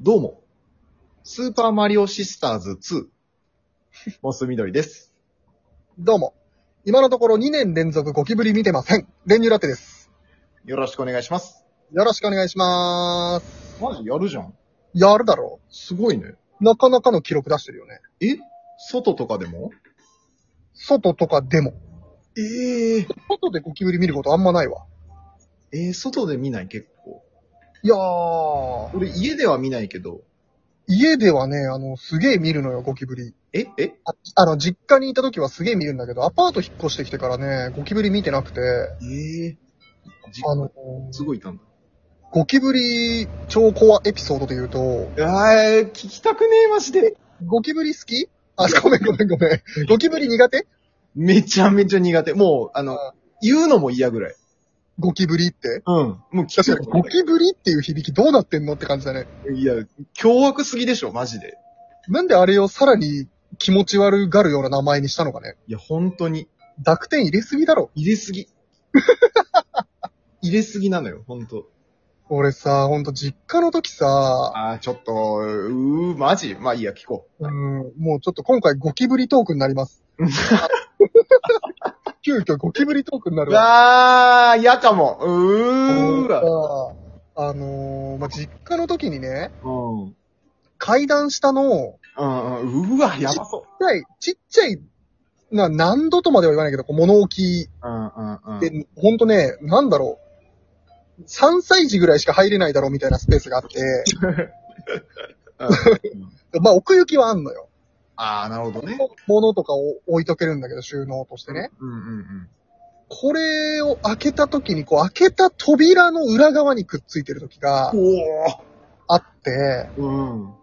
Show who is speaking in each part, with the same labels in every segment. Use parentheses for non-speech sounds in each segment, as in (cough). Speaker 1: どうも。スーパーマリオシスターズ2。モス緑です。
Speaker 2: どうも。今のところ2年連続ゴキブリ見てません。練乳ラテです。
Speaker 1: よろしくお願いします。
Speaker 2: よろしくお願いしまーす。
Speaker 1: マジやるじゃん。
Speaker 2: やるだろ
Speaker 1: すごいね。
Speaker 2: う。なかなかの記録出してるよね。
Speaker 1: え外とかでも
Speaker 2: 外とかでも。
Speaker 1: ええ
Speaker 2: 外でゴキブリ見ることあんまないわ。
Speaker 1: えー外で見ない結構。
Speaker 2: いやー。
Speaker 1: 俺家では見ないけど。
Speaker 2: 家ではね、あの、すげえ見るのよ、ゴキブリ。
Speaker 1: ええ
Speaker 2: ああの、実家にいた時はすげえ見るんだけど、アパート引っ越してきてからね、ゴキブリ見てなくて、
Speaker 1: ええじ
Speaker 2: あの、
Speaker 1: すごいいたんだ。
Speaker 2: ゴキブリ超コアエピソードで言うと、
Speaker 1: あー、聞きたくねえ、マジで。
Speaker 2: ゴキブリ好きあ、ごめんごめんごめん。ゴキブリ苦手
Speaker 1: めちゃめちゃ苦手。もう、あの、言うのも嫌ぐらい。
Speaker 2: ゴキブリって。
Speaker 1: うん。もう聞
Speaker 2: 確かに、
Speaker 1: くの
Speaker 2: ゴ
Speaker 1: も
Speaker 2: キブリっていう響きどうなってんのって感じだね。
Speaker 1: いや、凶悪すぎでしょ、マジで。
Speaker 2: なんであれをさらに気持ち悪がるような名前にしたのかね。
Speaker 1: いや、本当に。
Speaker 2: 濁点入れすぎだろ。
Speaker 1: 入れすぎ。入れすぎなのよ、ほんと。
Speaker 2: 俺さ、ほんと実家の時さ、
Speaker 1: あー、ちょっと、うー、マジまあいいや、聞こ
Speaker 2: うん、もうちょっと今回ゴキブリトークになり
Speaker 1: (laughs)
Speaker 2: ます。急遽ゴキブリトークにな
Speaker 1: う。
Speaker 2: るわ。
Speaker 1: わー、嫌かも。うーわ。
Speaker 2: あのー、まあ、実家の時にね、
Speaker 1: うん。うん、
Speaker 2: 階段下の、
Speaker 1: うん、うわ、やばそう
Speaker 2: ち。っちゃい、ちっちゃい、な、何度とまでは言わないけど、こう物置
Speaker 1: うん、うん、うん。
Speaker 2: で、ほんとね、なんだろう。3歳児ぐらいしか入れないだろうみたいなスペースがあって、 (laughs) まあ奥行きはあんのよ。
Speaker 1: あー、なるほどね。
Speaker 2: 物とかを置いとけるんだけど、収納としてね。
Speaker 1: うん、うん、うん。
Speaker 2: これを開けた時に、こう開けた扉の裏側にくっついてる時があって、
Speaker 1: おー。うん。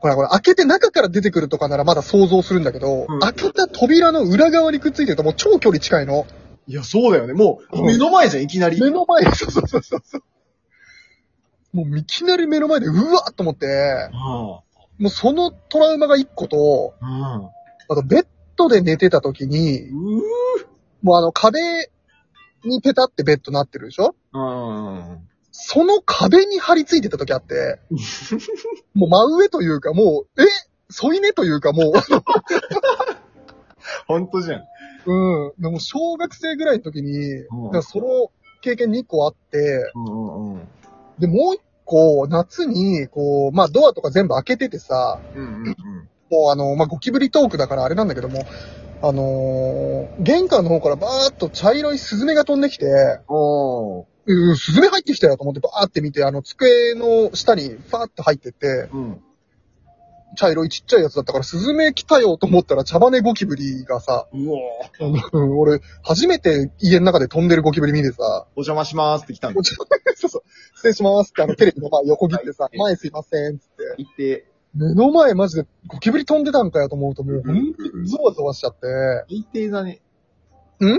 Speaker 2: ほらこれ開けて中から出てくるとかならまだ想像するんだけど、
Speaker 1: うん
Speaker 2: 開けた扉の裏側にくっついてるともう超距離近いの。
Speaker 1: いや、そうだよね。もう、
Speaker 2: うん
Speaker 1: 目の前じゃん、いきなり。
Speaker 2: 目の前、そうそうそうそうそう。もういきなり目の前でうわっと思って、
Speaker 1: あ
Speaker 2: もうそのトラウマが一個と、
Speaker 1: あ。
Speaker 2: あと、ベッドで寝てた時に
Speaker 1: う、ん。
Speaker 2: もうあの、壁にペタってベッドなってるでしょ
Speaker 1: うん。うん。
Speaker 2: その壁に張り付いてた時あって、もう真上というか、もう、え添い寝というか、も
Speaker 1: ほんとじゃん。
Speaker 2: う、うん。でも、小学生ぐらいの時に、
Speaker 1: うん
Speaker 2: なんかその経験2個あって、
Speaker 1: うん、うん、うん。
Speaker 2: で、もう1個、夏に、こう、まあ、ドアとか全部開けててさ、
Speaker 1: うん、うん、うん。
Speaker 2: もうあの、まあ、ゴキブリトークだからあれなんだけども、あのー玄関の方からバーっと茶色いスズメが飛んできて、
Speaker 1: おー。
Speaker 2: うん、スズメ入ってきたよと思ってバーって見て、あの、机の下にファーって入ってって、
Speaker 1: うん。
Speaker 2: 茶色いちっちゃいやつだったから、スズメ来たよと思ったら、茶羽ゴキブリがさ、 (laughs)
Speaker 1: うおー。
Speaker 2: うん、俺、初めて家の中で飛んでるゴキブリ見てさ、
Speaker 1: お邪魔しますって来たんで。
Speaker 2: おちょそうそう、失礼しますって、あの、テレビの前横切ってさ、前すいませんっつって、
Speaker 1: 行って、
Speaker 2: 目の前マジでゴキブリ飛んでたんかよと思うと、もう、ほんとにゾワゾワしちゃって、
Speaker 1: 最低だね。
Speaker 2: ん
Speaker 1: い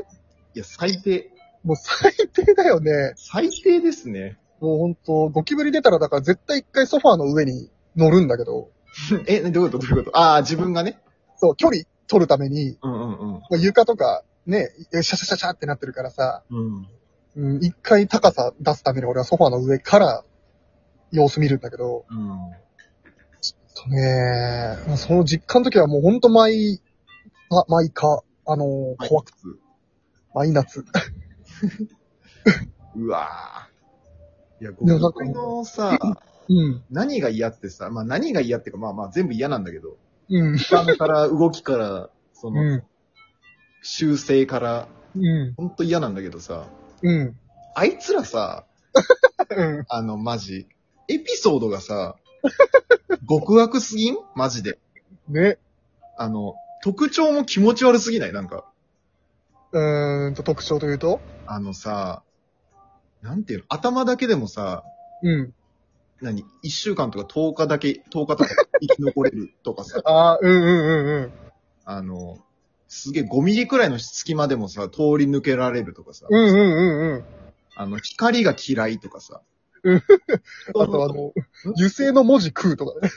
Speaker 1: や、最低。
Speaker 2: もう最低だよね。
Speaker 1: 最低ですね。
Speaker 2: もうほんと、ゴキブリ出たらだから絶対一回ソファーの上に乗るんだけど、
Speaker 1: え、どういうことどういうことああ、自分がね。
Speaker 2: そう、距離取るために、
Speaker 1: うんうん
Speaker 2: まあ、床とか、ね、シャシャシャシャってなってるからさ、
Speaker 1: うん。うん。
Speaker 2: うん、一回高さ出すために俺はソファーの上から様子見るんだけど、
Speaker 1: うん。
Speaker 2: とね、まあその実家の時はもうほんと毎、あ、毎か、あのー怖
Speaker 1: く
Speaker 2: く、
Speaker 1: つ。
Speaker 2: 毎夏。
Speaker 1: うわぁ。いや、ゴ
Speaker 2: でもなんか
Speaker 1: キブリのさ、
Speaker 2: うん、
Speaker 1: 何が嫌ってさ、まあ何が嫌っていうか、まあまあ全部嫌なんだけど、
Speaker 2: うん、
Speaker 1: 見た目から動きから、その、
Speaker 2: うん、
Speaker 1: 修正から、
Speaker 2: うん、
Speaker 1: ほんと嫌なんだけどさ、
Speaker 2: うん、
Speaker 1: あいつらさ、
Speaker 2: うん。
Speaker 1: あの、マジ、エピソードがさ、極悪すぎんマジで。
Speaker 2: ね、
Speaker 1: あの、特徴も気持ち悪すぎないなんか、
Speaker 2: うーんと特徴というと、
Speaker 1: あのさ、なんていうの頭だけでもさ、
Speaker 2: うん、、
Speaker 1: 何一週間とか10日だけ、10日とか生き残れるとかさ (laughs)
Speaker 2: ああ、うんうんうんうん。
Speaker 1: あの、すげえ5ミリくらいの隙間でもさ、通り抜けられるとかさ、
Speaker 2: うんうんうんうん。
Speaker 1: あの、光が嫌いとかさ。
Speaker 2: うん
Speaker 1: あ
Speaker 2: あとあ (laughs) の、油性の文字食うとかね。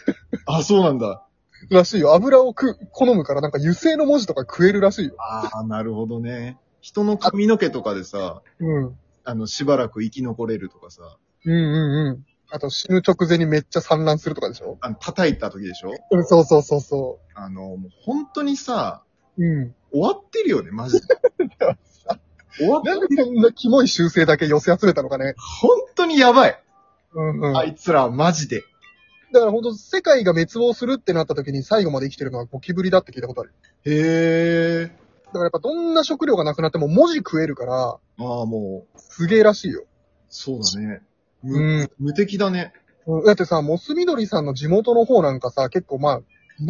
Speaker 1: あ、そうなんだ。
Speaker 2: らしいよ。油を食う、好むからなんか油性の文字とか食えるらしいよ。
Speaker 1: ああ、なるほどね。人の髪の毛とかでさ、
Speaker 2: うん。
Speaker 1: あの、しばらく生き残れるとかさ、
Speaker 2: うんうんうん。あと死ぬ直前にめっちゃ散乱するとかでしょ
Speaker 1: あの、叩いた時でしょ
Speaker 2: うん、そうそうそうそ
Speaker 1: あの、もう本当にさ、
Speaker 2: う。うん。
Speaker 1: 終わってるよね、マジ
Speaker 2: (laughs)
Speaker 1: で。終わっ
Speaker 2: なんでこんなキモい修正だけ寄せ集めたのかね。
Speaker 1: 本当にやばい。
Speaker 2: うんうん。
Speaker 1: あいつら、マジで。
Speaker 2: だから本当世界が滅亡するってなった時に最後まで生きてるのはゴキブリだって聞いたことある。
Speaker 1: へえ。
Speaker 2: だからやっぱどんな食料がなくなっても文字食えるから、
Speaker 1: ああ、もう、
Speaker 2: すげえらしいよ。
Speaker 1: そうだね。
Speaker 2: う
Speaker 1: 無
Speaker 2: ん。
Speaker 1: 無敵だね。
Speaker 2: だってさ、モスミドリさんの地元の方なんかさ、結構まあ、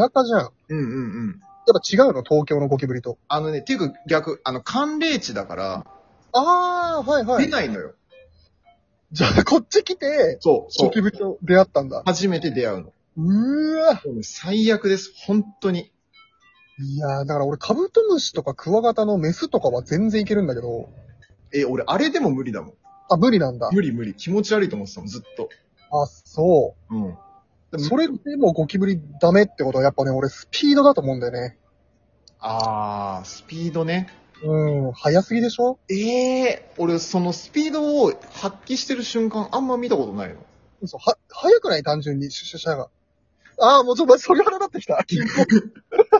Speaker 2: 田舎じゃん。やっ
Speaker 1: うんうんうん。
Speaker 2: ぱ違うの東京のゴキブリと。
Speaker 1: あのね、っていうか逆、あの、寒冷地だから、
Speaker 2: ああ、はいは
Speaker 1: 出
Speaker 2: い。
Speaker 1: ないのよ。
Speaker 2: じゃあこっち来て、
Speaker 1: そう、そ
Speaker 2: ゴ
Speaker 1: う。
Speaker 2: キブリと出会ったんだ。
Speaker 1: 初めて出会うの。
Speaker 2: うーわ。
Speaker 1: もうね最悪です、本当に。
Speaker 2: いやー、だから俺カブトムシとかクワガタのメスとかは全然いけるんだけど、
Speaker 1: え、俺、あれでも無理だもん。
Speaker 2: あ、無理なんだ。
Speaker 1: 無理無理。気持ち悪いと思ってたもん、ずっと。
Speaker 2: あ、そう。
Speaker 1: うん。
Speaker 2: それでもゴキブリダメってことはやっぱね、俺スピードだと思うんだよね。
Speaker 1: あー、スピードね。
Speaker 2: うん、早すぎでしょ
Speaker 1: ええ俺、そのスピードを発揮してる瞬間、あんま見たことないの。
Speaker 2: 嘘、は、早くない単純に、シュッシュッシャが。ああ、もうちょっと待って、鳥肌立ってきた。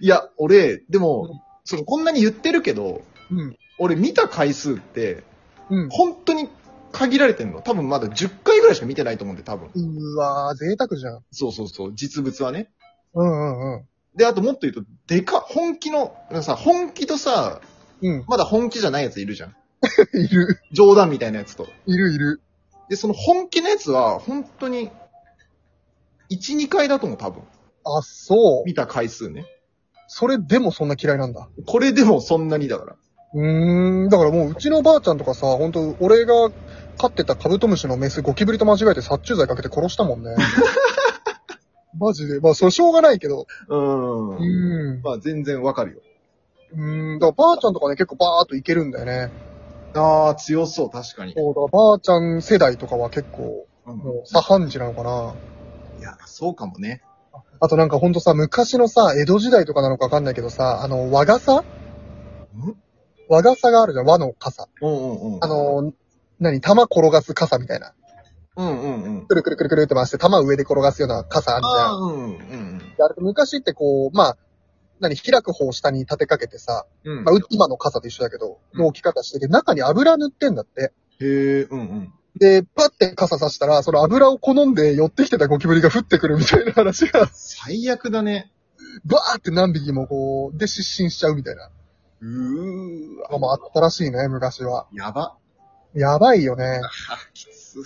Speaker 1: いや、俺、でも、
Speaker 2: うん
Speaker 1: その、こんなに言ってるけど、
Speaker 2: うん、
Speaker 1: 俺見た回数って、
Speaker 2: うん。
Speaker 1: 本当に限られてんの。多分まだ10回ぐらいしか見てないと思うんで、多分。
Speaker 2: うわー、贅沢じゃん。
Speaker 1: そうそうそう、実物はね。
Speaker 2: うんうんうん。
Speaker 1: で、あともっと言うと、でか、本気の、さ、本気とさ、
Speaker 2: うん、 (laughs)
Speaker 1: まだ本気じゃないやついるじゃん。
Speaker 2: いる、
Speaker 1: 冗談みたいなやつと。
Speaker 2: いるいる。
Speaker 1: で、その本気のやつは、本当に、1、2回だと思う、多分。
Speaker 2: あ、そう。
Speaker 1: 見た回数ね。
Speaker 2: それでもそんな嫌いなんだ。
Speaker 1: これでもそんなにだから。
Speaker 2: うーん、だからもううちのばあちゃんとかさ、ほんと、俺が飼ってたカブトムシのメスゴキブリと間違えて殺虫剤かけて殺したもんね。
Speaker 1: (laughs)
Speaker 2: マジで。まあ、それしょうがないけど。
Speaker 1: う
Speaker 2: う
Speaker 1: ーん。
Speaker 2: ん。
Speaker 1: まあ、全然わかるよ。
Speaker 2: うーん、だからばあちゃんとかね、結構ばーっといけるんだよね。
Speaker 1: ああ、強そう、確かに。
Speaker 2: そう、だからばあちゃん世代とかは結構、
Speaker 1: うん
Speaker 2: もう、左半時なのかな。
Speaker 1: いや、そうかもね。
Speaker 2: あとなんかほんとさ、昔のさ、江戸時代とかなのかわかんないけどさ、あの、和傘
Speaker 1: うん
Speaker 2: 和傘があるじゃん、和の傘。
Speaker 1: うんうんうん。
Speaker 2: あ、の、何玉転がす傘みたいな。
Speaker 1: うんうんうん。
Speaker 2: くるくるくるくるって回して、玉上で転がすような傘あるじゃ
Speaker 1: ああ、
Speaker 2: ん
Speaker 1: うんうんうん。
Speaker 2: で。あれ昔ってこう、まあ、何、開く方を下に立てかけてさ、
Speaker 1: うん。
Speaker 2: まあ、う今の傘と一緒だけど、
Speaker 1: うん
Speaker 2: の置き方してて、中に油塗ってんだって。
Speaker 1: へえ、うんうん。
Speaker 2: で、パッて傘さしたら、その油を好んで寄ってきてたゴキブリが降ってくるみたいな話が、 (laughs)
Speaker 1: 最悪だね。
Speaker 2: バーって何匹もこう、で失神しちゃうみたいな
Speaker 1: うー
Speaker 2: のもあったらしいね、昔は。
Speaker 1: やば。
Speaker 2: やばいよね。
Speaker 1: あ、きつ。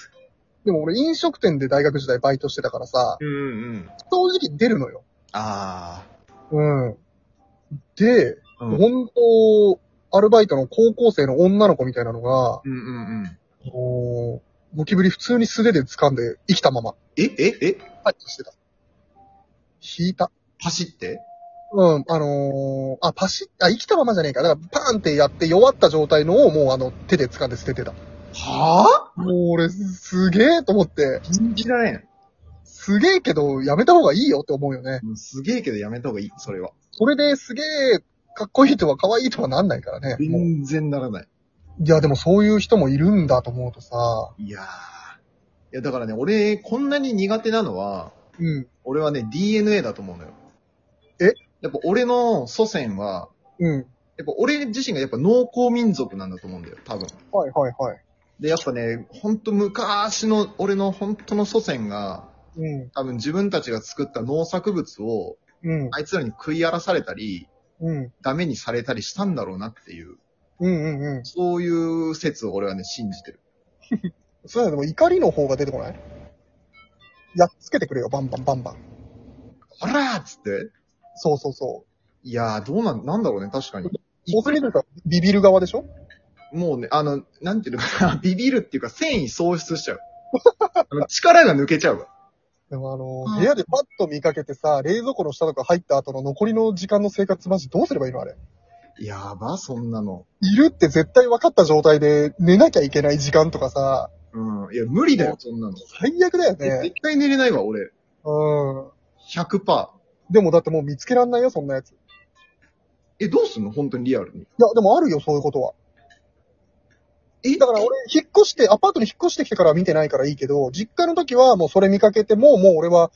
Speaker 2: でも俺飲食店で大学時代バイトしてたからさ、
Speaker 1: うんうん。
Speaker 2: 正直出るのよ。
Speaker 1: あ
Speaker 2: うん。で、
Speaker 1: あ。うんうん
Speaker 2: 本当アルバイトの高校生の女の子みたいなのが、
Speaker 1: うんうん。
Speaker 2: こうゴキブリ普通に素手で掴んで生きたまま、
Speaker 1: え、え、え、
Speaker 2: パッチしてた。引いた。
Speaker 1: 走って
Speaker 2: うん、あのー、あ、パシッ、あ、生きたままじゃねえか。だから、パーンってやって弱った状態のをもうあの、手で掴んで捨ててた。
Speaker 1: は
Speaker 2: もう俺、すげえと思って、
Speaker 1: ぁ信じられん。
Speaker 2: すげえけど、やめた方がいいよって思うよね。
Speaker 1: もうすげえけどやめた方がいい、それは。
Speaker 2: それですげえ、かっこいいとは可愛いとはなんないからね。もう
Speaker 1: 全然ならない。
Speaker 2: いや、でもそういう人もいるんだと思うとさ、
Speaker 1: いやー。いや、だからね、俺、こんなに苦手なのは、
Speaker 2: うん、
Speaker 1: 俺はね、DNA だと思うのよ。
Speaker 2: え
Speaker 1: やっぱ俺の祖先は、
Speaker 2: うん。
Speaker 1: やっぱ俺自身がやっぱ農耕民族なんだと思うんだよ、多分。
Speaker 2: はいはいはい。
Speaker 1: で、やっぱね、ほんと昔の、俺の本当の祖先が、
Speaker 2: うん、
Speaker 1: 多分自分たちが作った農作物を、
Speaker 2: うん、
Speaker 1: あいつらに食い荒らされたり、
Speaker 2: うん、
Speaker 1: ダメにされたりしたんだろうなっていう、
Speaker 2: うん、うん、うん。
Speaker 1: そういう説を俺はね、信じてる。
Speaker 2: そうだ、でも怒りの方が出てこないやっつけてくれよ、バンバンバンバン。
Speaker 1: あらーっつって。
Speaker 2: そうそうそ
Speaker 1: いやー、どうなん、なんだろうね、確かに。
Speaker 2: う。そうするとビビる側でしょ
Speaker 1: もうね、あの、なんていうのかな、 (laughs) ビビるっていうか、繊維喪失しちゃう。 (laughs) あの力が抜けちゃうわ。
Speaker 2: でもあ
Speaker 1: う
Speaker 2: のー、
Speaker 1: ん
Speaker 2: 部屋でパッと見かけてさ、冷蔵庫の下とか入った後の残りの時間の生活マジどうすればいいのあれ。
Speaker 1: やば、そんなの。
Speaker 2: いるって絶対分かった状態で寝なきゃいけない時間とかさ、
Speaker 1: うん。いや、無理だよ、そんなの。
Speaker 2: 最悪だよ
Speaker 1: え
Speaker 2: ね。
Speaker 1: 絶対寝れないわ、俺。
Speaker 2: うん。
Speaker 1: 100%。
Speaker 2: でもだってもう見つけらんないよ、そんなやつ。い
Speaker 1: え、どうすんの本当にリアルに。
Speaker 2: や、でもあるよ、そういうことは。
Speaker 1: え
Speaker 2: だから俺、引っ越して、アパートに引っ越してきてからは見てないからいいけど、実家の時はもうそれ見かけても、もう俺は、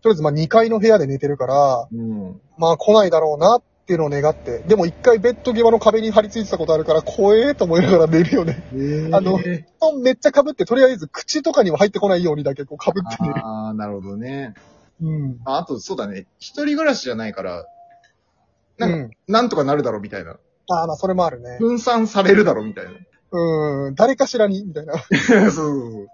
Speaker 2: とりあえずまあ2階の部屋で寝てるから、
Speaker 1: うん。
Speaker 2: まあ来ないだろうなっていうのを願って、でも一回ベッド際の壁に張り付いてたことあるから、怖えと思いながら寝るよね。
Speaker 1: え
Speaker 2: あの布団めっちゃ被って、とりあえず口とかには入ってこないようにだけこう被って寝る。
Speaker 1: ああ、なるほどね。
Speaker 2: うん。
Speaker 1: ああと、そうだね。一人暮らしじゃないから、
Speaker 2: う。
Speaker 1: なんなんとかなるだろうみたいな。
Speaker 2: ああ、まあそれもあるね。
Speaker 1: 分散されるだろうみたいな。 (laughs)
Speaker 2: うん。誰かしらに、みたいな。
Speaker 1: そうそうそう。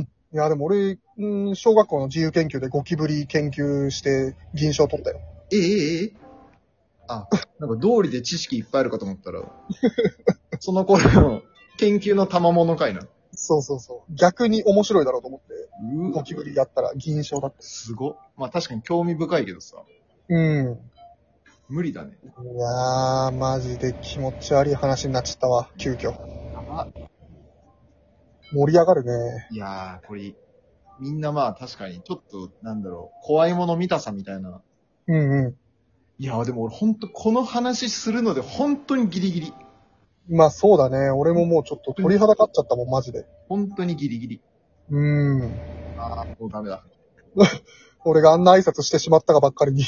Speaker 2: いや、でも俺、うん、小学校の自由研究でゴキブリ研究して銀賞取ったよ。
Speaker 1: ええええええあ、なんか道理で知識いっぱいあるかと思ったら、その頃の研究の賜物かいな。
Speaker 2: そうそうそう。逆に面白いだろうと思って、
Speaker 1: う
Speaker 2: ゴキブリやったら銀賞だった。
Speaker 1: すごっ。まあ確かに興味深いけどさ、
Speaker 2: うん。
Speaker 1: 無理だね。
Speaker 2: いやー、マジで気持ち悪い話になっちゃったわ、急遽。盛り上がるね。
Speaker 1: いやー、これ、みんなまあ確かにちょっと、なんだろう、怖いもの見たさみたいな。
Speaker 2: うんう
Speaker 1: いやー、でも俺ほんとこの話するので本当にギリギリ。
Speaker 2: ん。まあそうだね。俺ももうちょっと鳥肌立っちゃったもん、マジで。
Speaker 1: 本当にギリギリ。
Speaker 2: うん。
Speaker 1: あー、もうダメだ。
Speaker 2: 俺があんな挨拶してしまったがばっかりに。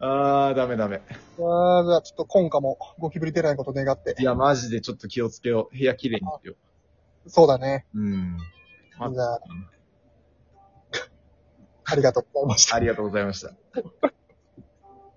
Speaker 1: あー、ダメダメ。
Speaker 2: あーじゃあちょっと今回もゴキブリ出ないこと願って。
Speaker 1: いや、マジでちょっと気をつけよう。部屋綺麗にしよ
Speaker 2: そうだね。
Speaker 1: う。うん。
Speaker 2: じゃ
Speaker 1: あ
Speaker 2: (laughs) あ、ありがとうございました。
Speaker 1: ありがとうございました。